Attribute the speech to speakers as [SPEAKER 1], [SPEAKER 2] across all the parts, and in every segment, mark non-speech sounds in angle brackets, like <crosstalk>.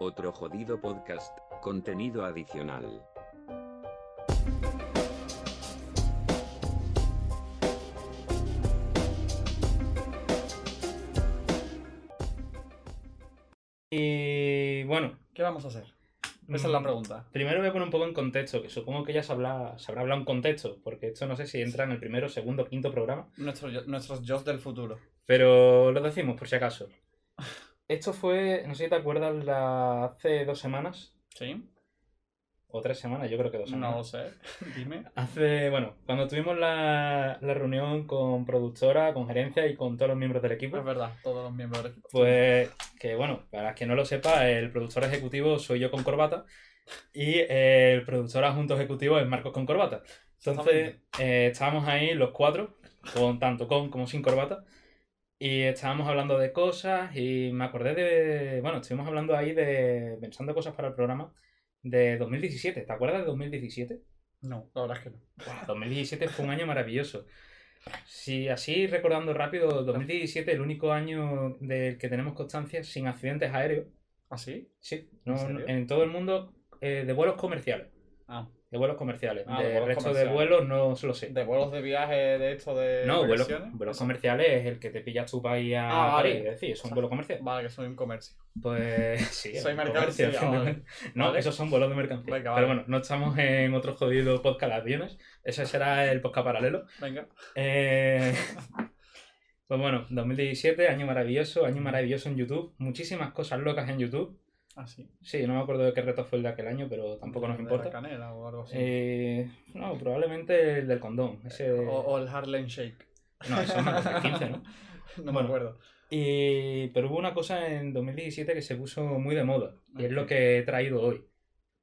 [SPEAKER 1] Otro jodido podcast, contenido adicional.
[SPEAKER 2] Y bueno,
[SPEAKER 3] ¿Qué vamos a hacer? Esa es la
[SPEAKER 2] Mm.
[SPEAKER 3] pregunta.
[SPEAKER 2] primero voy a poner un poco en contexto, que supongo que ya se, habla, se habrá hablado en contexto, porque esto no sé si entra en el primero, segundo, quinto programa,
[SPEAKER 3] Nuestro yo- nuestros yo del futuro.
[SPEAKER 2] pero lo decimos por si acaso. Esto fue, no sé si te acuerdas, la, hace dos semanas,
[SPEAKER 3] ¿Sí?
[SPEAKER 2] o tres semanas, yo creo que dos
[SPEAKER 3] No lo
[SPEAKER 2] semanas. <laughs>
[SPEAKER 3] sé. Dime.
[SPEAKER 2] Hace, bueno, cuando tuvimos la, la reunión con productora, con gerencia y con todos los miembros del equipo,
[SPEAKER 3] Es verdad, todos los miembros del equipo.
[SPEAKER 2] Pues que bueno, para quien no lo sepa, el productor ejecutivo soy yo con corbata y eh, el productor adjunto ejecutivo es Marcos con corbata. Entonces eh, estábamos ahí los cuatro, con tanto con como sin corbata, y estábamos hablando de cosas y me acordé de, bueno, estuvimos hablando ahí de, pensando cosas para el programa de 2017, ¿te acuerdas de 2017?
[SPEAKER 3] No, la verdad es que no.
[SPEAKER 2] Buah, 2017 fue un año maravilloso. Si así recordando rápido, 2017 el único año del que tenemos constancia sin accidentes aéreos.
[SPEAKER 3] ¿Ah, sí?
[SPEAKER 2] Sí, no-
[SPEAKER 3] ¿En serio?
[SPEAKER 2] en todo el mundo eh, de vuelos comerciales.
[SPEAKER 3] Ah,
[SPEAKER 2] De vuelos comerciales.
[SPEAKER 3] Ah, de
[SPEAKER 2] Del
[SPEAKER 3] vuelos
[SPEAKER 2] resto de
[SPEAKER 3] comerciales.
[SPEAKER 2] vuelos no se lo sé.
[SPEAKER 3] ¿De vuelos de viaje de esto de
[SPEAKER 2] no, vuelos,
[SPEAKER 3] vacaciones?
[SPEAKER 2] vuelos
[SPEAKER 3] Eso.
[SPEAKER 2] comerciales es el que te pillas tú para ir a
[SPEAKER 3] Ah, vale.
[SPEAKER 2] París, es decir, es un vuelo comercial.
[SPEAKER 3] Vale, que soy un comercio.
[SPEAKER 2] Pues <laughs> sí, es
[SPEAKER 3] Soy
[SPEAKER 2] un
[SPEAKER 3] mercancía,
[SPEAKER 2] comercio,
[SPEAKER 3] vale.
[SPEAKER 2] efectivamente. No,
[SPEAKER 3] Vale.
[SPEAKER 2] esos son vuelos de mercancía.
[SPEAKER 3] Venga,
[SPEAKER 2] Pero
[SPEAKER 3] vale.
[SPEAKER 2] bueno, no estamos en otro jodido podcast de aviones. Ese será el podcast paralelo.
[SPEAKER 3] Venga.
[SPEAKER 2] Eh, <laughs> pues bueno, 2017, año maravilloso, año maravilloso en YouTube, muchísimas cosas locas en YouTube.
[SPEAKER 3] Ah, sí.
[SPEAKER 2] Sí, no me acuerdo de qué reto fue el de aquel año, pero tampoco nos
[SPEAKER 3] De la
[SPEAKER 2] importa.
[SPEAKER 3] canela o algo así.
[SPEAKER 2] Eh, no, probablemente el del condón. Ese...
[SPEAKER 3] O, o el Harlem Shake.
[SPEAKER 2] No, eso es más del 15, ¿no?
[SPEAKER 3] <laughs> No
[SPEAKER 2] Bueno.
[SPEAKER 3] me acuerdo.
[SPEAKER 2] Y- pero hubo una cosa en 2017 que se puso muy de moda, y es lo que he traído hoy.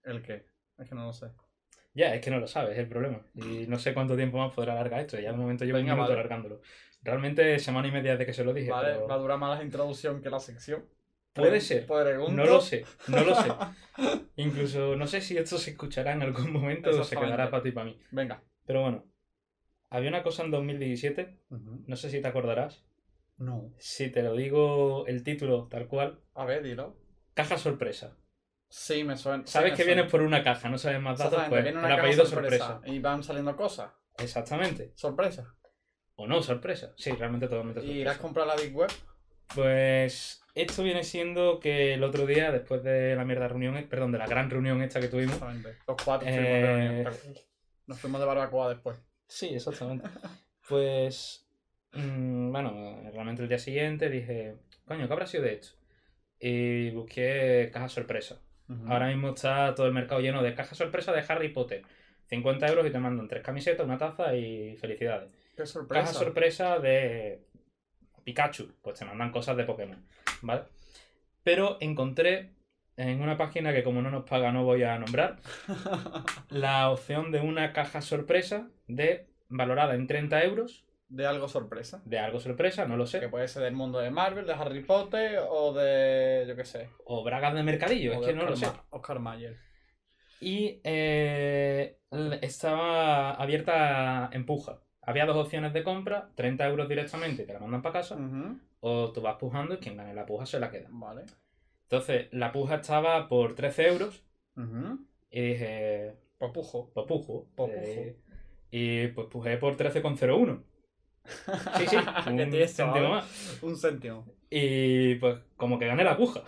[SPEAKER 3] ¿El qué? Es que no lo sé.
[SPEAKER 2] Ya, es que no lo sabes, es el problema. Y no sé cuánto tiempo más podrá alargar esto, ya de momento llevo
[SPEAKER 3] Venga,
[SPEAKER 2] un minuto
[SPEAKER 3] vale.
[SPEAKER 2] alargándolo. Realmente semana y media desde que se lo dije,
[SPEAKER 3] Vale,
[SPEAKER 2] pero
[SPEAKER 3] va a durar más la introducción que la sección.
[SPEAKER 2] puede ser.
[SPEAKER 3] Pregunto.
[SPEAKER 2] No lo sé, no lo sé. Incluso no sé si esto se escuchará en algún momento o se
[SPEAKER 3] Exactamente.
[SPEAKER 2] quedará para ti y para mí.
[SPEAKER 3] <laughs> Venga.
[SPEAKER 2] Pero bueno, había una cosa en 2017,
[SPEAKER 3] Ujú.
[SPEAKER 2] no sé si te acordarás.
[SPEAKER 3] No.
[SPEAKER 2] Si te lo digo el título tal cual,
[SPEAKER 3] A ver, dilo.
[SPEAKER 2] caja sorpresa.
[SPEAKER 3] Sí, me suena. sí,
[SPEAKER 2] Sabes
[SPEAKER 3] me
[SPEAKER 2] que
[SPEAKER 3] suena.
[SPEAKER 2] vienes por una caja, no sabes más datos,
[SPEAKER 3] Exactamente,
[SPEAKER 2] pues
[SPEAKER 3] viene
[SPEAKER 2] el
[SPEAKER 3] una caja
[SPEAKER 2] apellido
[SPEAKER 3] sorpresa,
[SPEAKER 2] sorpresa.
[SPEAKER 3] Y van saliendo cosas.
[SPEAKER 2] Exactamente.
[SPEAKER 3] Sorpresa.
[SPEAKER 2] O no, sorpresa. Sí, realmente totalmente
[SPEAKER 3] Y irás a
[SPEAKER 2] sorpresa.
[SPEAKER 3] comprar la Big Web.
[SPEAKER 2] Pues esto viene siendo que el otro día, después de la mierda reunión, perdón, de la gran reunión esta que tuvimos,
[SPEAKER 3] <laughs> Exactamente. Los cuatro fuimos
[SPEAKER 2] Eh,
[SPEAKER 3] de reunión. Nos fuimos de barbacoa después.
[SPEAKER 2] Sí, exactamente. <laughs> Pues, mm, bueno, realmente el día siguiente dije, coño, ¿qué habrá sido de esto? Y busqué caja sorpresa.
[SPEAKER 3] Mm.
[SPEAKER 2] Ahora mismo está todo el mercado lleno de caja sorpresa de Harry Potter. 50 euros y te mandan tres camisetas, una taza y felicidades.
[SPEAKER 3] Qué sorpresa.
[SPEAKER 2] Caja sorpresa de Pikachu, pues te mandan cosas de Pokémon, ¿vale? Pero encontré en una página que como no nos paga no voy a nombrar, la opción de una caja sorpresa de valorada en 30 euros
[SPEAKER 3] de algo sorpresa.
[SPEAKER 2] de algo sorpresa, no lo
[SPEAKER 3] Que
[SPEAKER 2] sé.
[SPEAKER 3] puede ser del mundo de Marvel, de Harry Potter o de. yo qué sé.
[SPEAKER 2] O bragas de mercadillo,
[SPEAKER 3] o
[SPEAKER 2] es
[SPEAKER 3] de
[SPEAKER 2] que no
[SPEAKER 3] Oscar
[SPEAKER 2] lo sé.
[SPEAKER 3] Ma- Oscar Mayer.
[SPEAKER 2] Y eh, l- estaba abierta en puja. Había dos opciones de compra, 30 euros directamente, te la mandan para casa,
[SPEAKER 3] Ujú,
[SPEAKER 2] o tú vas pujando y quien gane la puja se la queda.
[SPEAKER 3] Vale.
[SPEAKER 2] Entonces, la puja estaba por 13 euros
[SPEAKER 3] Ujú.
[SPEAKER 2] y dije,
[SPEAKER 3] Pues pujo.
[SPEAKER 2] pues pujo.
[SPEAKER 3] Pues
[SPEAKER 2] eh, y pues pujé por 13,01. Sí,
[SPEAKER 3] <laughs>
[SPEAKER 2] sí, <laughs>
[SPEAKER 3] Qué este
[SPEAKER 2] un
[SPEAKER 3] tieso,
[SPEAKER 2] céntimo
[SPEAKER 3] ¿vale?
[SPEAKER 2] más.
[SPEAKER 3] Un céntimo.
[SPEAKER 2] Y pues como que gané la puja.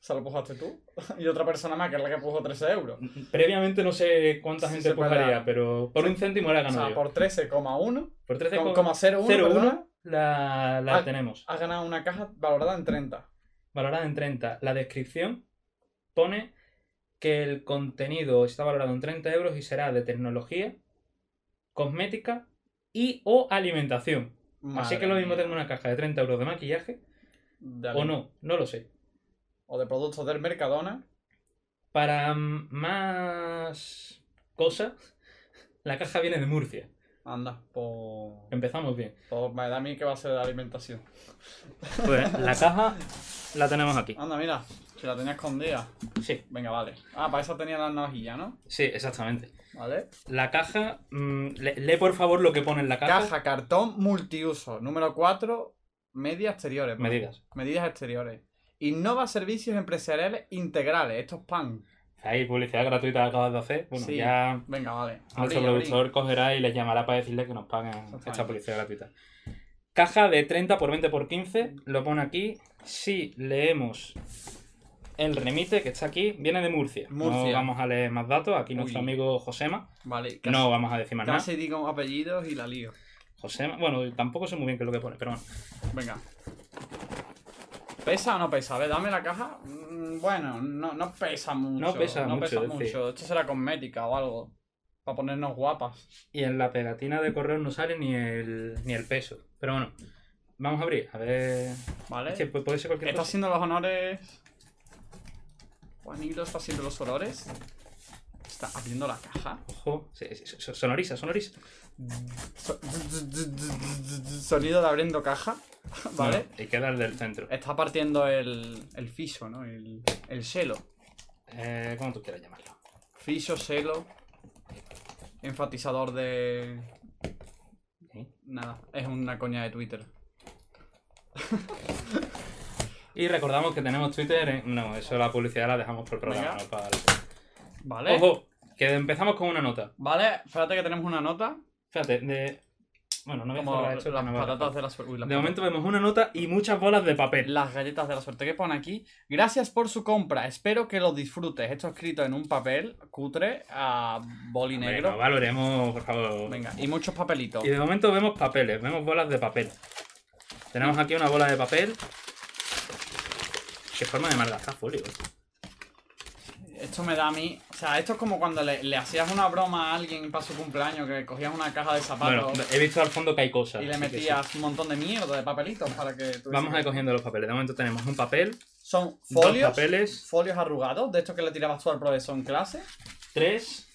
[SPEAKER 3] Se lo pujaste tú. <laughs> Y otra persona más, que es la que puso 13 euros.
[SPEAKER 2] Previamente no sé cuánta
[SPEAKER 3] Sí,
[SPEAKER 2] gente
[SPEAKER 3] se puede
[SPEAKER 2] pujaría,
[SPEAKER 3] dar.
[SPEAKER 2] pero por un céntimo la
[SPEAKER 3] O
[SPEAKER 2] ganó
[SPEAKER 3] sea,
[SPEAKER 2] yo.
[SPEAKER 3] por 13,1.
[SPEAKER 2] Por 13,01
[SPEAKER 3] Con 0,01 perdona,
[SPEAKER 2] la, la
[SPEAKER 3] Ah.
[SPEAKER 2] tenemos.
[SPEAKER 3] has ganado una caja valorada en 30.
[SPEAKER 2] Valorada en 30. La descripción pone que el contenido está valorado en 30 euros y será de tecnología, cosmética y o alimentación. Así
[SPEAKER 3] Madre
[SPEAKER 2] que lo mismo
[SPEAKER 3] mía.
[SPEAKER 2] tengo una caja de 30 euros de maquillaje
[SPEAKER 3] De
[SPEAKER 2] o
[SPEAKER 3] algún-
[SPEAKER 2] no, no lo sé.
[SPEAKER 3] O de productos del Mercadona.
[SPEAKER 2] Para mm, más cosas, la caja viene de Murcia.
[SPEAKER 3] Anda, por...
[SPEAKER 2] Empezamos bien.
[SPEAKER 3] por- Me da a mí que va a ser de alimentación.
[SPEAKER 2] Pues la caja la tenemos aquí.
[SPEAKER 3] Anda, mira, que la tenía escondida.
[SPEAKER 2] Sí,
[SPEAKER 3] Venga, vale. Ah, para eso tenía la navajilla, ¿no?
[SPEAKER 2] sí, exactamente.
[SPEAKER 3] Vale.
[SPEAKER 2] La caja, mm, le- lee por favor lo que pone en la caja.
[SPEAKER 3] Caja, cartón, multiuso. Número 4, medias exteriores.
[SPEAKER 2] Medidas.
[SPEAKER 3] Medidas exteriores. Innova servicios empresariales integrales. Esto es pan.
[SPEAKER 2] Ahí, publicidad gratuita que acabas de hacer. Bueno,
[SPEAKER 3] Sí.
[SPEAKER 2] ya
[SPEAKER 3] Venga, vale.
[SPEAKER 2] nuestro
[SPEAKER 3] Abrí, abrí.
[SPEAKER 2] productor cogerá y les llamará para decirle que nos paguen
[SPEAKER 3] Exactamente.
[SPEAKER 2] esta publicidad gratuita. Caja de 30 por 20 por 15. Lo pone aquí. Si leemos el remite que está aquí, viene de Murcia. No
[SPEAKER 3] Murcia.
[SPEAKER 2] vamos a leer más datos. Aquí nuestro
[SPEAKER 3] Uy.
[SPEAKER 2] amigo Josema.
[SPEAKER 3] Vale, casi,
[SPEAKER 2] No vamos a decir más nada.
[SPEAKER 3] casi digo apellidos y la lío.
[SPEAKER 2] Josema. Bueno, tampoco sé muy bien qué es lo que pone, pero bueno.
[SPEAKER 3] Venga. ¿Pesa o no pesa? A ver, dame la caja. Mm, Bueno, no, no pesa mucho.
[SPEAKER 2] No pesa mucho,
[SPEAKER 3] pesa
[SPEAKER 2] es decir.
[SPEAKER 3] mucho. Esto será cosmética o algo. Para ponernos guapas.
[SPEAKER 2] Y en la pegatina de correo no sale ni el, ni el peso. Pero bueno, vamos a abrir. A ver.
[SPEAKER 3] ¿Vale?
[SPEAKER 2] Es que pu- puede ser cualquier
[SPEAKER 3] Está
[SPEAKER 2] cosa.
[SPEAKER 3] haciendo los honores. Juanilo está haciendo los honores. Está abriendo la caja.
[SPEAKER 2] Ojo, se- se- se- sonoriza, sonoriza.
[SPEAKER 3] So- <laughs> Sonido de abriendo caja. <laughs> ¿Vale?
[SPEAKER 2] No, y queda el del centro.
[SPEAKER 3] Está partiendo el, el fiso, ¿no? El, el celo.
[SPEAKER 2] Eh, como tú quieras llamarlo.
[SPEAKER 3] Fiso, celo. Enfatizador de.
[SPEAKER 2] Sí.
[SPEAKER 3] Nada, es una coña de Twitter.
[SPEAKER 2] Y recordamos que tenemos Twitter. en- No, eso la publicidad la dejamos por programa.
[SPEAKER 3] Venga.
[SPEAKER 2] no para-
[SPEAKER 3] ¿Vale?
[SPEAKER 2] Ojo, que empezamos con una nota.
[SPEAKER 3] Vale, espérate que tenemos una nota.
[SPEAKER 2] Fíjate, de. Bueno, no voy a
[SPEAKER 3] Como
[SPEAKER 2] cerrar
[SPEAKER 3] las
[SPEAKER 2] esto, que no va a
[SPEAKER 3] patatas
[SPEAKER 2] dejar.
[SPEAKER 3] de la suerte. Uy, las
[SPEAKER 2] De momento vemos una nota y muchas bolas de papel.
[SPEAKER 3] las galletas de la suerte que pone aquí. Gracias por su compra, espero que lo disfrutes. Esto escrito en un papel cutre a boli
[SPEAKER 2] Hombre,
[SPEAKER 3] negro.
[SPEAKER 2] no valoremos, por favor.
[SPEAKER 3] Venga, y muchos papelitos.
[SPEAKER 2] Y de momento vemos papeles, vemos bolas de papel. Tenemos aquí una bola de papel. Qué forma de malgastar folio.
[SPEAKER 3] Esto me da a mí. O sea, esto es como cuando le, le hacías una broma a alguien para su cumpleaños, que cogías una caja de zapatos
[SPEAKER 2] Bueno, he visto al fondo que hay cosas.
[SPEAKER 3] y le
[SPEAKER 2] así que
[SPEAKER 3] metías un montón de mierda de papelitos para que
[SPEAKER 2] sí.
[SPEAKER 3] tú
[SPEAKER 2] Vamos a ir cogiendo los papeles. De momento tenemos un papel,
[SPEAKER 3] Son
[SPEAKER 2] dos
[SPEAKER 3] folios.
[SPEAKER 2] papeles,
[SPEAKER 3] Folios arrugados, de estos que le tirabas tú al profesor en clase.
[SPEAKER 2] tres,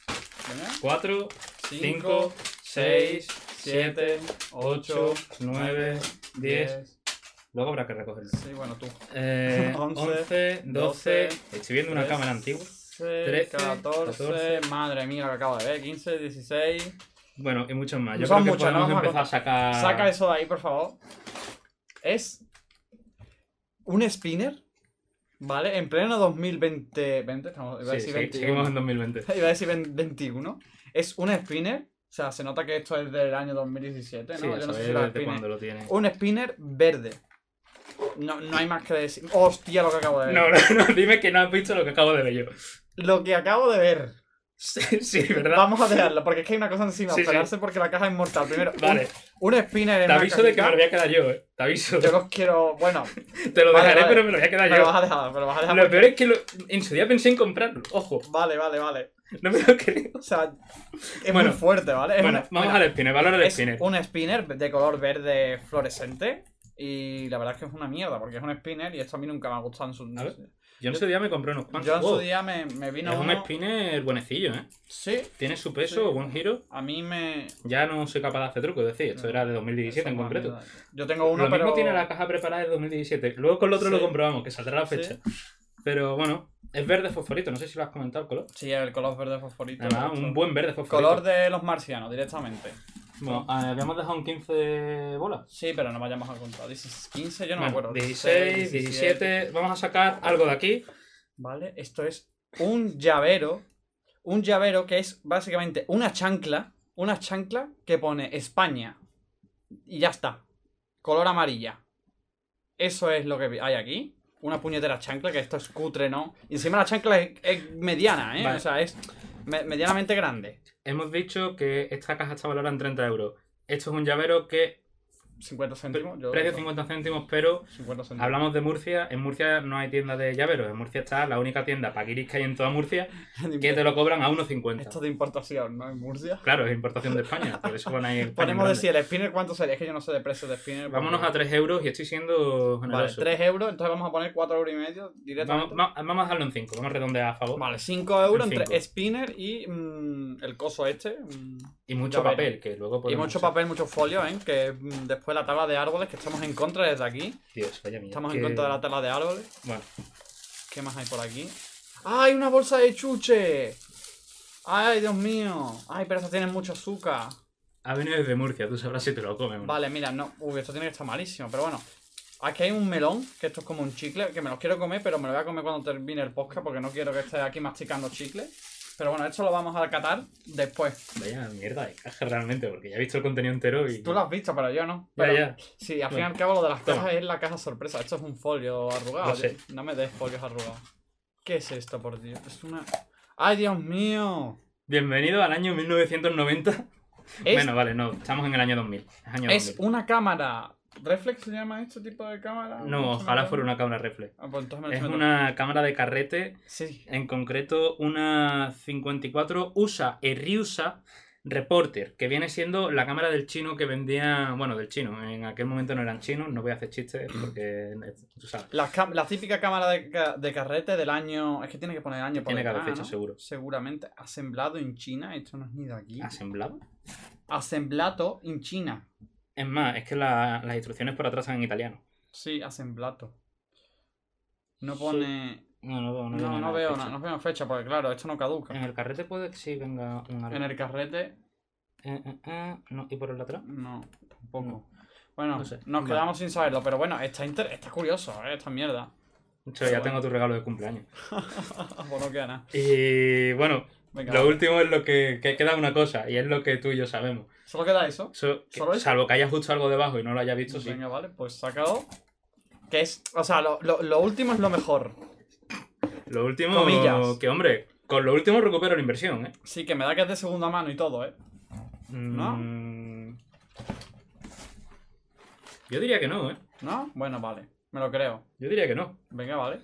[SPEAKER 3] Venga.
[SPEAKER 2] cuatro, cinco,
[SPEAKER 3] Cinco,
[SPEAKER 2] seis, siete,
[SPEAKER 3] siete,
[SPEAKER 2] ocho, nueve, diez.
[SPEAKER 3] diez.
[SPEAKER 2] Luego habrá que recogerlos.
[SPEAKER 3] Sí, bueno, tú.
[SPEAKER 2] Eh,
[SPEAKER 3] <laughs> Once,
[SPEAKER 2] once, doce.
[SPEAKER 3] doce,
[SPEAKER 2] Estoy viendo una
[SPEAKER 3] tres,
[SPEAKER 2] cámara antigua.
[SPEAKER 3] 13, 14,
[SPEAKER 2] 14.
[SPEAKER 3] madre mía, lo que acabo de ver, 15, 16.
[SPEAKER 2] Bueno, y muchos más. Yo
[SPEAKER 3] Son
[SPEAKER 2] creo que
[SPEAKER 3] muchos, ¿no?
[SPEAKER 2] podemos
[SPEAKER 3] Vamos
[SPEAKER 2] empezar
[SPEAKER 3] a
[SPEAKER 2] a sacar.
[SPEAKER 3] Saca eso de ahí, por favor. Es un spinner, ¿vale? En pleno 2020, 20, estamos, iba a
[SPEAKER 2] Sí,
[SPEAKER 3] decir
[SPEAKER 2] sí,
[SPEAKER 3] 21.
[SPEAKER 2] seguimos en 2020.
[SPEAKER 3] <laughs> Iba a decir 20, 21. Es un spinner, o sea, se nota que esto es del año 2017, ¿no?
[SPEAKER 2] Sí,
[SPEAKER 3] Yo
[SPEAKER 2] eso
[SPEAKER 3] no sé
[SPEAKER 2] es
[SPEAKER 3] si era
[SPEAKER 2] desde
[SPEAKER 3] spinner.
[SPEAKER 2] cuando lo tiene.
[SPEAKER 3] Un spinner verde. No, no hay más que decir. Hostia, lo que acabo de ver.
[SPEAKER 2] No, no, no, dime que no has visto lo que acabo de ver yo. <laughs>
[SPEAKER 3] Lo que acabo de ver.
[SPEAKER 2] Sí, sí, ¿verdad?
[SPEAKER 3] Vamos a dejarlo, porque es que hay una cosa encima.
[SPEAKER 2] Sí, sí.
[SPEAKER 3] Esperarse porque la caja es mortal. Primero, un-
[SPEAKER 2] Vale,
[SPEAKER 3] un, spinner en
[SPEAKER 2] te
[SPEAKER 3] una
[SPEAKER 2] aviso de que me
[SPEAKER 3] cajita.
[SPEAKER 2] lo voy a quedar yo, eh. Te aviso.
[SPEAKER 3] Yo los quiero.
[SPEAKER 2] <laughs>
[SPEAKER 3] Bueno,
[SPEAKER 2] Te lo
[SPEAKER 3] Vale,
[SPEAKER 2] dejaré,
[SPEAKER 3] vale.
[SPEAKER 2] pero me lo voy a quedar
[SPEAKER 3] me lo
[SPEAKER 2] yo.
[SPEAKER 3] vas a dejar, me lo vas a dejar.
[SPEAKER 2] Lo peor es que lo- en su día pensé en comprarlo. Ojo,
[SPEAKER 3] Vale, vale, vale.
[SPEAKER 2] no me lo creo.
[SPEAKER 3] O sea, es
[SPEAKER 2] Bueno.
[SPEAKER 3] muy fuerte, ¿vale? Es
[SPEAKER 2] Bueno,
[SPEAKER 3] una-
[SPEAKER 2] vamos
[SPEAKER 3] mira,
[SPEAKER 2] al spinner, valor del
[SPEAKER 3] es
[SPEAKER 2] spinner.
[SPEAKER 3] un spinner de color verde fluorescente. Y la verdad es que es una mierda, porque es un spinner y esto a mí nunca me ha gustado en su.
[SPEAKER 2] A ver, Yo en su día me compré unos cuantos.
[SPEAKER 3] Yo en su
[SPEAKER 2] Oh,
[SPEAKER 3] día me, me vino
[SPEAKER 2] es un
[SPEAKER 3] uno.
[SPEAKER 2] spinner buenecillo, eh.
[SPEAKER 3] Sí,
[SPEAKER 2] Tiene su peso,
[SPEAKER 3] Sí.
[SPEAKER 2] buen giro.
[SPEAKER 3] a mí me.
[SPEAKER 2] Ya no soy capaz de hacer trucos, es decir, esto
[SPEAKER 3] No.
[SPEAKER 2] era de 2017 en
[SPEAKER 3] Eso,
[SPEAKER 2] concreto.
[SPEAKER 3] mierda. Yo tengo uno,
[SPEAKER 2] lo
[SPEAKER 3] pero.
[SPEAKER 2] mismo tiene la caja preparada de 2017. Luego con el otro lo
[SPEAKER 3] Sí.
[SPEAKER 2] comprobamos, que saldrá la fecha. Pero bueno, es verde fosforito, no sé si lo has comentado el color.
[SPEAKER 3] Sí, el color verde fosforito.
[SPEAKER 2] Además, un buen verde fosforito.
[SPEAKER 3] Color de los marcianos, directamente.
[SPEAKER 2] Bueno, ah, habíamos dejado un 15 bolas.
[SPEAKER 3] Sí, pero no vayamos a contar. Dices 15, yo no
[SPEAKER 2] Bueno,
[SPEAKER 3] me acuerdo.
[SPEAKER 2] 16, 17. Vamos a sacar algo de aquí.
[SPEAKER 3] Vale, esto es un llavero. Un llavero que es básicamente una chancla. Una chancla que pone España. Y ya está. Color amarilla. Eso es lo que vi- hay aquí. Una puñetera chancla, que esto es cutre, ¿no? Y encima la chancla es, es mediana, ¿eh?
[SPEAKER 2] Vale.
[SPEAKER 3] O sea, es me- medianamente grande.
[SPEAKER 2] Hemos dicho que esta caja está valorada en 30 euros. Esto es un llavero que
[SPEAKER 3] 50 céntimos. Yo,
[SPEAKER 2] precio 50 céntimos, pero
[SPEAKER 3] 50 céntimos.
[SPEAKER 2] hablamos de Murcia. En Murcia no hay tienda de llaveros. En Murcia está la única tienda paquiris que hay en toda Murcia que te lo cobran a
[SPEAKER 3] Esto
[SPEAKER 2] 1,50.
[SPEAKER 3] de importación, ¿no? En Murcia.
[SPEAKER 2] Claro, es importación de España. Por eso pone ahí España en
[SPEAKER 3] Ponemos
[SPEAKER 2] grande.
[SPEAKER 3] de si el spinner cuánto sería. Es que yo no sé de precio de spinner.
[SPEAKER 2] Vámonos
[SPEAKER 3] porque-
[SPEAKER 2] a 3 euros y estoy siendo
[SPEAKER 3] Vale,
[SPEAKER 2] generoso.
[SPEAKER 3] 3 euros, entonces vamos a poner 4 euros y medio
[SPEAKER 2] vamos,
[SPEAKER 3] directamente.
[SPEAKER 2] va- vamos a dejarlo en 5. Vamos a redondear a favor.
[SPEAKER 3] Vale, 5 euros
[SPEAKER 2] En cinco.
[SPEAKER 3] entre spinner y mm, el coso este. mm.
[SPEAKER 2] Y mucho
[SPEAKER 3] Llavero.
[SPEAKER 2] papel, que luego
[SPEAKER 3] y
[SPEAKER 2] podemos
[SPEAKER 3] mucho
[SPEAKER 2] usar.
[SPEAKER 3] papel, mucho folio, ¿eh? Que mm, después la tabla de árboles, que estamos en contra desde aquí.
[SPEAKER 2] Dios, vaya mía,
[SPEAKER 3] Estamos
[SPEAKER 2] que-
[SPEAKER 3] en contra de la tabla de árboles.
[SPEAKER 2] Bueno,
[SPEAKER 3] ¿Qué más hay por aquí? ¡Ay, una bolsa de chuche! ¡Ay, Dios mío! ¡Ay, pero esto tiene mucho azúcar!
[SPEAKER 2] ha venido desde Murcia, tú sabrás si te lo comes. o no.
[SPEAKER 3] Vale, mira, no. Uy, esto tiene que estar malísimo, pero bueno. Aquí hay un melón, que esto es como un chicle, que me los quiero comer, pero me lo voy a comer cuando termine el podcast porque no quiero que esté aquí masticando chicle. Pero bueno, esto lo vamos a catar después.
[SPEAKER 2] Vaya mierda de caja realmente, porque ya he visto el contenido entero y.
[SPEAKER 3] Tú lo has visto, pero yo no.
[SPEAKER 2] Ya,
[SPEAKER 3] Pero
[SPEAKER 2] ya.
[SPEAKER 3] Sí, al fin y
[SPEAKER 2] Bueno.
[SPEAKER 3] al cabo lo de las
[SPEAKER 2] Toma.
[SPEAKER 3] cajas es la caja sorpresa. Esto es un folio arrugado.
[SPEAKER 2] Lo sé.
[SPEAKER 3] No me des folios arrugados. ¿Qué es esto, por Dios? Es una... ¡Ay, Dios mío!
[SPEAKER 2] Bienvenido al año 1990.
[SPEAKER 3] <laughs> Es,
[SPEAKER 2] Bueno, vale, no, estamos en el año 2000. Es año
[SPEAKER 3] es
[SPEAKER 2] 2000.
[SPEAKER 3] una cámara. ¿Reflex se llama este tipo de cámara?
[SPEAKER 2] No, ojalá fuera una cámara reflex.
[SPEAKER 3] Ah, pues entonces me lo
[SPEAKER 2] Es
[SPEAKER 3] meto.
[SPEAKER 2] una cámara de carrete,
[SPEAKER 3] Sí.
[SPEAKER 2] en concreto una 54 USA y Ryusa Reporter, que viene siendo la cámara del chino que vendía, bueno, del chino, en aquel momento no eran chinos, no voy a hacer
[SPEAKER 3] <clears throat>
[SPEAKER 2] chistes porque tú sabes.
[SPEAKER 3] La, cam- la típica cámara de, ca- de carrete del año. Es que tiene que poner el año por
[SPEAKER 2] Tiene que haber
[SPEAKER 3] detrás,
[SPEAKER 2] fecha,
[SPEAKER 3] ¿no?
[SPEAKER 2] seguro. Ah,
[SPEAKER 3] Seguramente. Asemblado en China. Esto no es ni de aquí.
[SPEAKER 2] ¿Asemblado?
[SPEAKER 3] Asemblato en China.
[SPEAKER 2] Es más, es que la- las instrucciones por atrás están en italiano.
[SPEAKER 3] Sí, asemblato. No
[SPEAKER 2] Sí.
[SPEAKER 3] pone.
[SPEAKER 2] No, no, no,
[SPEAKER 3] No,
[SPEAKER 2] viene
[SPEAKER 3] no
[SPEAKER 2] nada de
[SPEAKER 3] veo,
[SPEAKER 2] fecha. Ah,
[SPEAKER 3] na- no veo fecha, porque claro, esto no caduca.
[SPEAKER 2] En el carrete puede que sí venga un
[SPEAKER 3] En el carrete,
[SPEAKER 2] Eh, eh, eh, no, ¿Y por el lateral?
[SPEAKER 3] no, tampoco.
[SPEAKER 2] No.
[SPEAKER 3] Bueno,
[SPEAKER 2] No sé.
[SPEAKER 3] nos
[SPEAKER 2] Vale.
[SPEAKER 3] quedamos sin saberlo, pero bueno, está, inter- está curioso, ¿eh? esta mierda. <laughs>
[SPEAKER 2] O sea, ya
[SPEAKER 3] Bueno.
[SPEAKER 2] tengo tu regalo de cumpleaños.
[SPEAKER 3] pues no queda nada.
[SPEAKER 2] Y bueno,
[SPEAKER 3] Venga,
[SPEAKER 2] lo
[SPEAKER 3] va.
[SPEAKER 2] último es lo que, que queda una cosa, y es lo que tú y yo sabemos.
[SPEAKER 3] ¿solo queda eso?
[SPEAKER 2] So- que-
[SPEAKER 3] ¿Solo eso?
[SPEAKER 2] salvo que haya justo algo debajo y no lo haya visto, sí.
[SPEAKER 3] Venga, vale, pues sacado. Que es, o sea, lo, lo- lo último es lo mejor.
[SPEAKER 2] Lo último,
[SPEAKER 3] Comillas.
[SPEAKER 2] que hombre, con lo último recupero la inversión, ¿eh?
[SPEAKER 3] Sí, que me da que es de segunda mano y todo, ¿eh?
[SPEAKER 2] Mm. Yo diría que no, ¿eh?
[SPEAKER 3] ¿No? Bueno, vale, me lo creo.
[SPEAKER 2] Yo diría que no.
[SPEAKER 3] Venga, vale.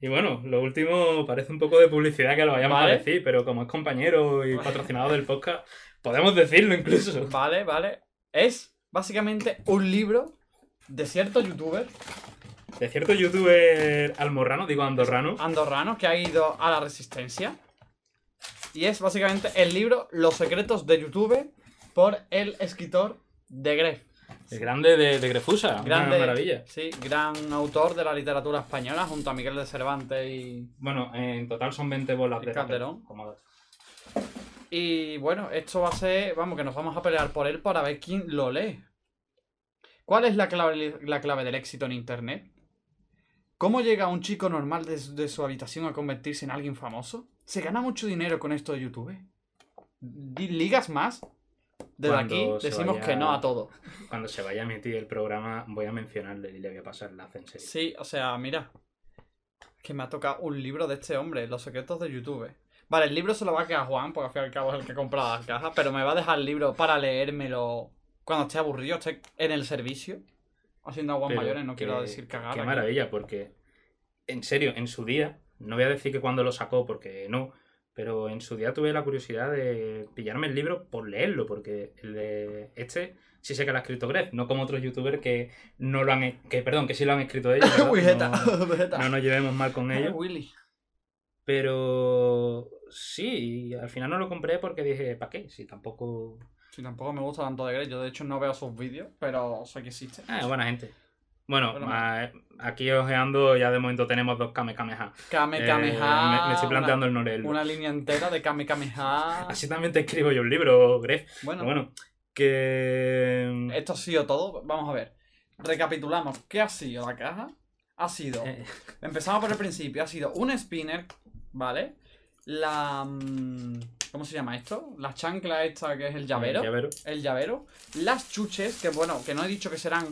[SPEAKER 2] Y bueno, lo último parece un poco de publicidad que lo vayamos
[SPEAKER 3] Vale.
[SPEAKER 2] a decir, pero como es compañero
[SPEAKER 3] <laughs>
[SPEAKER 2] y patrocinador del podcast, podemos decirlo incluso.
[SPEAKER 3] Vale, vale. Es básicamente un libro de cierto youtuber
[SPEAKER 2] De cierto youtuber almorrano, digo andorrano,
[SPEAKER 3] Ah. andorrano que ha ido a la resistencia. Y es básicamente el libro Los secretos de YouTube por el escritor de Gref.
[SPEAKER 2] el grande de, de Grefusa,
[SPEAKER 3] Grande,
[SPEAKER 2] una maravilla.
[SPEAKER 3] Sí, gran autor de la literatura española junto a Miguel de Cervantes y...
[SPEAKER 2] Bueno, en total son 20 bolas
[SPEAKER 3] Y
[SPEAKER 2] de
[SPEAKER 3] Calderón.
[SPEAKER 2] papel, como-
[SPEAKER 3] Y bueno, esto va a ser... Vamos, que nos vamos a pelear por él para ver quién lo lee. ¿Cuál es la clave, la clave del éxito en Internet? ¿Cómo llega un chico normal desde su habitación a convertirse en alguien famoso? ¿Se gana mucho dinero con esto de YouTube? Di- ¿Ligas más? Desde
[SPEAKER 2] Cuando
[SPEAKER 3] aquí
[SPEAKER 2] se
[SPEAKER 3] decimos
[SPEAKER 2] vaya-
[SPEAKER 3] que no a todo.
[SPEAKER 2] Cuando se vaya a emitir el programa, voy a mencionarle y le voy a pasar el enlace en serio.
[SPEAKER 3] Sí, o sea, mira. Que me ha tocado un libro de este hombre, Los secretos de YouTube. Vale, el libro se lo va a quedar Juan, porque al fin y al cabo es el que compra las cajas, pero me va a dejar el libro para leérmelo cuando esté aburrido, esté en el servicio. Haciendo aguas
[SPEAKER 2] Pero
[SPEAKER 3] mayores, no
[SPEAKER 2] qué-
[SPEAKER 3] quiero decir cagada. ¿eh?
[SPEAKER 2] Qué
[SPEAKER 3] que-
[SPEAKER 2] maravilla, porque en serio, en su día, no voy a decir que cuando lo sacó, porque no, pero en su día tuve la curiosidad de pillarme el libro por leerlo, porque el de este sí sé que lo ha escrito Gref, no como otros youtubers que no lo han, e- que perdón, que sí lo han escrito
[SPEAKER 3] <laughs>
[SPEAKER 2] ellos. ¿verdad?
[SPEAKER 3] <laughs> Uy, jeta,
[SPEAKER 2] No,
[SPEAKER 3] <laughs> jeta.
[SPEAKER 2] no nos llevemos mal con
[SPEAKER 3] Ay,
[SPEAKER 2] ellos.
[SPEAKER 3] <laughs> Willy.
[SPEAKER 2] Pero sí, y al final no lo compré porque dije, ¿para qué? Si tampoco.
[SPEAKER 3] Si tampoco me gusta tanto de Grey, yo de hecho no veo sus vídeos, pero sé que existe.
[SPEAKER 2] Ah, buena gente. Bueno,
[SPEAKER 3] Bueno.
[SPEAKER 2] a- aquí ojeando, ya de momento tenemos dos Kamehameha.
[SPEAKER 3] Kame
[SPEAKER 2] Eh,
[SPEAKER 3] Kameha,
[SPEAKER 2] me, me estoy
[SPEAKER 3] una-
[SPEAKER 2] planteando el Norel.
[SPEAKER 3] Una, línea entera de Kame Kameha.
[SPEAKER 2] Así también te escribo yo un libro, Gref.
[SPEAKER 3] Bueno,
[SPEAKER 2] Pero
[SPEAKER 3] Eh,
[SPEAKER 2] bueno, que.
[SPEAKER 3] Esto ha sido todo. Vamos a ver. Recapitulamos. ¿Qué ha sido la caja? Ha sido.
[SPEAKER 2] Eh,
[SPEAKER 3] Empezamos por el principio. Ha sido un spinner, ¿vale? La. mm, ¿Cómo se llama esto? La chancla esta que es el llavero.
[SPEAKER 2] llavero.
[SPEAKER 3] El llavero. Las chuches, que bueno, que no he dicho que serán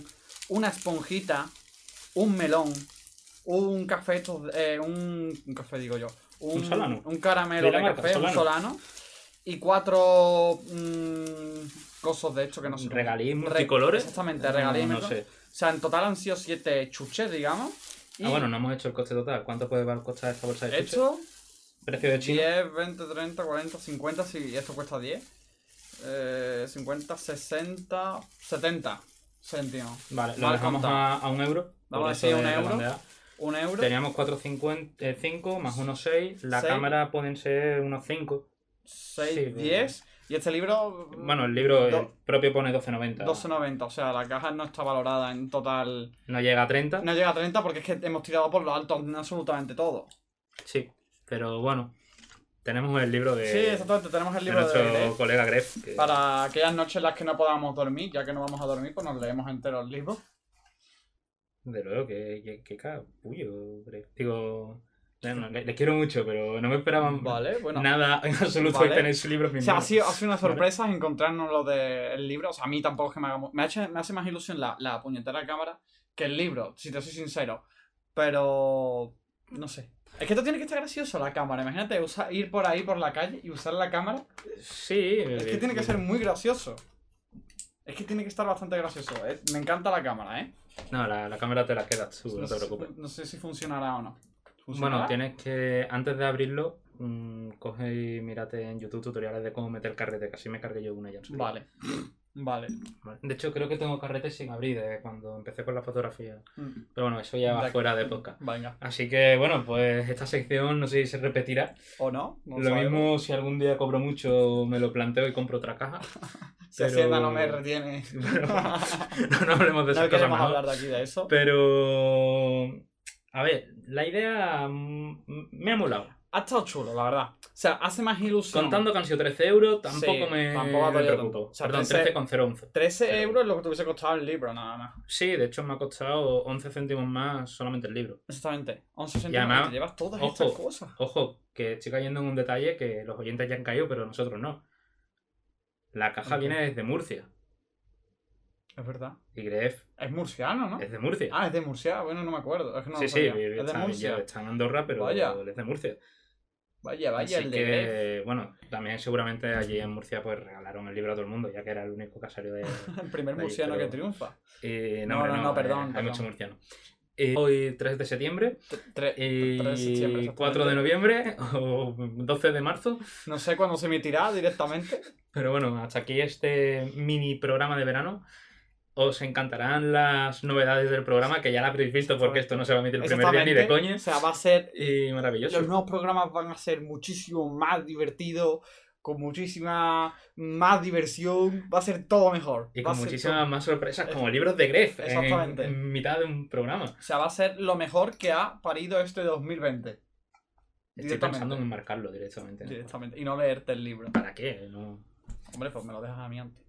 [SPEAKER 3] una esponjita, un melón, un café, estos- eh, un, un café digo yo. Un,
[SPEAKER 2] Un solano.
[SPEAKER 3] un caramelo
[SPEAKER 2] De la
[SPEAKER 3] de
[SPEAKER 2] marca,
[SPEAKER 3] café, un
[SPEAKER 2] solano.
[SPEAKER 3] solano. Y cuatro mm, cosas de esto que no sé. cómo-
[SPEAKER 2] Regalíes
[SPEAKER 3] Re-
[SPEAKER 2] multicolores.
[SPEAKER 3] Exactamente, regalíes
[SPEAKER 2] No, no
[SPEAKER 3] multicolores.
[SPEAKER 2] sé.
[SPEAKER 3] O sea, en total han sido siete chuches, digamos. Y
[SPEAKER 2] Ah, bueno, no hemos hecho el coste total. ¿Cuánto puede costar esta bolsa de chuches?
[SPEAKER 3] esto,
[SPEAKER 2] Precio de China.
[SPEAKER 3] 10, 20, 30, 40, 50, si esto cuesta 10. Eh, 50, 60, 70 céntimos.
[SPEAKER 2] Vale, lo
[SPEAKER 3] Mal
[SPEAKER 2] dejamos
[SPEAKER 3] contado.
[SPEAKER 2] a, a un euro.
[SPEAKER 3] Vamos
[SPEAKER 2] por
[SPEAKER 3] a
[SPEAKER 2] eso
[SPEAKER 3] decir un
[SPEAKER 2] de
[SPEAKER 3] euro.
[SPEAKER 2] redondear.
[SPEAKER 3] Un euro.
[SPEAKER 2] Teníamos 5 más 1, 6. La
[SPEAKER 3] Seis.
[SPEAKER 2] cámara pueden ser unos 5. sí,
[SPEAKER 3] 6,
[SPEAKER 2] bueno.
[SPEAKER 3] 10. Y este libro.
[SPEAKER 2] Bueno, el libro el
[SPEAKER 3] Do-
[SPEAKER 2] propio pone 12.90.
[SPEAKER 3] 12.90, o sea, la caja no está valorada en total.
[SPEAKER 2] No llega a 30.
[SPEAKER 3] No llega a 30 porque es que hemos tirado por lo alto en absolutamente todo.
[SPEAKER 2] Sí, pero bueno. Tenemos el libro de,
[SPEAKER 3] sí, exactamente, tenemos el
[SPEAKER 2] de
[SPEAKER 3] libro
[SPEAKER 2] Eh, nuestro
[SPEAKER 3] de Grey.
[SPEAKER 2] colega Gref. que- <laughs>
[SPEAKER 3] Para aquellas noches en las que no podamos dormir, ya que no vamos a dormir, pues nos leemos enteros libros.
[SPEAKER 2] De luego, que, que, que capullo. hombre. Digo, bueno, le, le quiero mucho, pero no me esperaban
[SPEAKER 3] Vale, bueno.
[SPEAKER 2] nada en absoluto
[SPEAKER 3] Vale.
[SPEAKER 2] de tener su libro en
[SPEAKER 3] O
[SPEAKER 2] mis
[SPEAKER 3] sea, ha
[SPEAKER 2] manos.
[SPEAKER 3] sido, ha sido una
[SPEAKER 2] Vale.
[SPEAKER 3] sorpresa encontrarnos lo del libro. O sea, a mí tampoco es que me haga... mu- Me, ha hecho- me hace más ilusión la, la puñetera cámara que el libro, si te soy sincero. Pero... No sé. Es que esto tiene que estar gracioso, la cámara. Imagínate usa- ir por ahí, por la calle, y usar la cámara.
[SPEAKER 2] Sí.
[SPEAKER 3] Es que
[SPEAKER 2] eh,
[SPEAKER 3] tiene que
[SPEAKER 2] eh,
[SPEAKER 3] ser muy gracioso. Es que tiene que estar bastante gracioso. eh. Me encanta la cámara, ¿eh?
[SPEAKER 2] No, la, la cámara te la quedas tú, no, te
[SPEAKER 3] sé-
[SPEAKER 2] preocupes.
[SPEAKER 3] no sé si funcionará o no.
[SPEAKER 2] Bueno,
[SPEAKER 3] ¿Funcionará?
[SPEAKER 2] tienes que, antes de abrirlo, mm, coge y mírate en YouTube tutoriales de cómo meter carrete, que así me cargué yo una ya. en su día.
[SPEAKER 3] Vale. Vale.
[SPEAKER 2] Vale. De hecho, creo que tengo carrete sin abrir desde cuando empecé con la fotografía.
[SPEAKER 3] Mm.
[SPEAKER 2] Pero bueno, eso ya va
[SPEAKER 3] De-
[SPEAKER 2] fuera de podcast.
[SPEAKER 3] Venga.
[SPEAKER 2] Así que bueno, pues esta sección no sé si se repetirá.
[SPEAKER 3] ¿O no? No
[SPEAKER 2] lo
[SPEAKER 3] sabemos.
[SPEAKER 2] mismo si algún día cobro mucho, me lo planteo y compro otra
[SPEAKER 3] <laughs>
[SPEAKER 2] caja.
[SPEAKER 3] Si Hacienda no me
[SPEAKER 2] pero- <laughs>
[SPEAKER 3] retiene. <laughs>
[SPEAKER 2] Pero-
[SPEAKER 3] no
[SPEAKER 2] no, no hablemos de esas cosas
[SPEAKER 3] queremos
[SPEAKER 2] mejor.
[SPEAKER 3] hablar de aquí de eso.
[SPEAKER 2] Pero. A ver, la idea mm, me ha molado.
[SPEAKER 3] Ha estado chulo, la verdad. O sea, hace más ilusión.
[SPEAKER 2] Contando que han sido 13 euros, tampoco
[SPEAKER 3] Sí,
[SPEAKER 2] me.
[SPEAKER 3] tampoco ha dolido
[SPEAKER 2] preocupó.
[SPEAKER 3] tanto. O sea,
[SPEAKER 2] Perdón,
[SPEAKER 3] 13
[SPEAKER 2] 13,011.
[SPEAKER 3] 13
[SPEAKER 2] Pero-
[SPEAKER 3] euros es lo que te hubiese costado el libro, nada más.
[SPEAKER 2] Sí, de hecho me ha costado 11 céntimos más solamente el libro.
[SPEAKER 3] Exactamente. 11
[SPEAKER 2] Y además-
[SPEAKER 3] centímetros. Te llevas todas
[SPEAKER 2] ojo.
[SPEAKER 3] estas cosas.
[SPEAKER 2] Ojo, que estoy cayendo en un detalle que los oyentes ya han caído, pero nosotros no. La caja
[SPEAKER 3] Ok.
[SPEAKER 2] viene desde Murcia.
[SPEAKER 3] Es verdad.
[SPEAKER 2] YF
[SPEAKER 3] Es murciano, ¿no?
[SPEAKER 2] es de Murcia.
[SPEAKER 3] Ah, es de Murcia. Bueno, no me acuerdo. Es que no
[SPEAKER 2] sí,
[SPEAKER 3] lo
[SPEAKER 2] sí,
[SPEAKER 3] sabía.
[SPEAKER 2] está,
[SPEAKER 3] es de Murcia.
[SPEAKER 2] ya está en Andorra, pero
[SPEAKER 3] Vaya.
[SPEAKER 2] es de Murcia.
[SPEAKER 3] Vaya, vaya,
[SPEAKER 2] Así
[SPEAKER 3] el
[SPEAKER 2] que,
[SPEAKER 3] de
[SPEAKER 2] bueno, también seguramente allí en Murcia pues regalaron el libro a todo el mundo, ya que era el único que salió de...
[SPEAKER 3] <laughs> El primer
[SPEAKER 2] Ahí,
[SPEAKER 3] murciano
[SPEAKER 2] pero-
[SPEAKER 3] que triunfa.
[SPEAKER 2] Eh,
[SPEAKER 3] No,
[SPEAKER 2] hombre,
[SPEAKER 3] no, no, perdón,
[SPEAKER 2] eh, Hay
[SPEAKER 3] perdón.
[SPEAKER 2] mucho murciano. Eh, hoy 3 de septiembre,
[SPEAKER 3] Tre- tre-
[SPEAKER 2] eh,
[SPEAKER 3] 3 de septiembre, exactamente.
[SPEAKER 2] 4 de noviembre <laughs> o 12 de marzo.
[SPEAKER 3] No sé cuándo se emitirá directamente.
[SPEAKER 2] Pero bueno, hasta aquí este mini programa de verano. Os encantarán las novedades del programa, que ya las habréis visto porque esto no se va a emitir el primer día ni de
[SPEAKER 3] Exactamente.
[SPEAKER 2] coña.
[SPEAKER 3] O sea, va a ser
[SPEAKER 2] Y maravilloso.
[SPEAKER 3] Los nuevos programas van a ser muchísimo más divertidos, con muchísima más diversión, va a ser todo mejor.
[SPEAKER 2] Y
[SPEAKER 3] Va a
[SPEAKER 2] con
[SPEAKER 3] ser
[SPEAKER 2] muchísimas más sorpresas,
[SPEAKER 3] Es-
[SPEAKER 2] como libros de Gref, en-
[SPEAKER 3] Exactamente.
[SPEAKER 2] en mitad de un programa.
[SPEAKER 3] todo- O sea, va a ser lo mejor que ha parido este 2020.
[SPEAKER 2] Estoy pensando
[SPEAKER 3] Directamente.
[SPEAKER 2] en marcarlo directamente. ¿no?
[SPEAKER 3] Directamente. Y no leerte el libro.
[SPEAKER 2] ¿Para qué? No.
[SPEAKER 3] Hombre, pues me lo dejas a mí antes.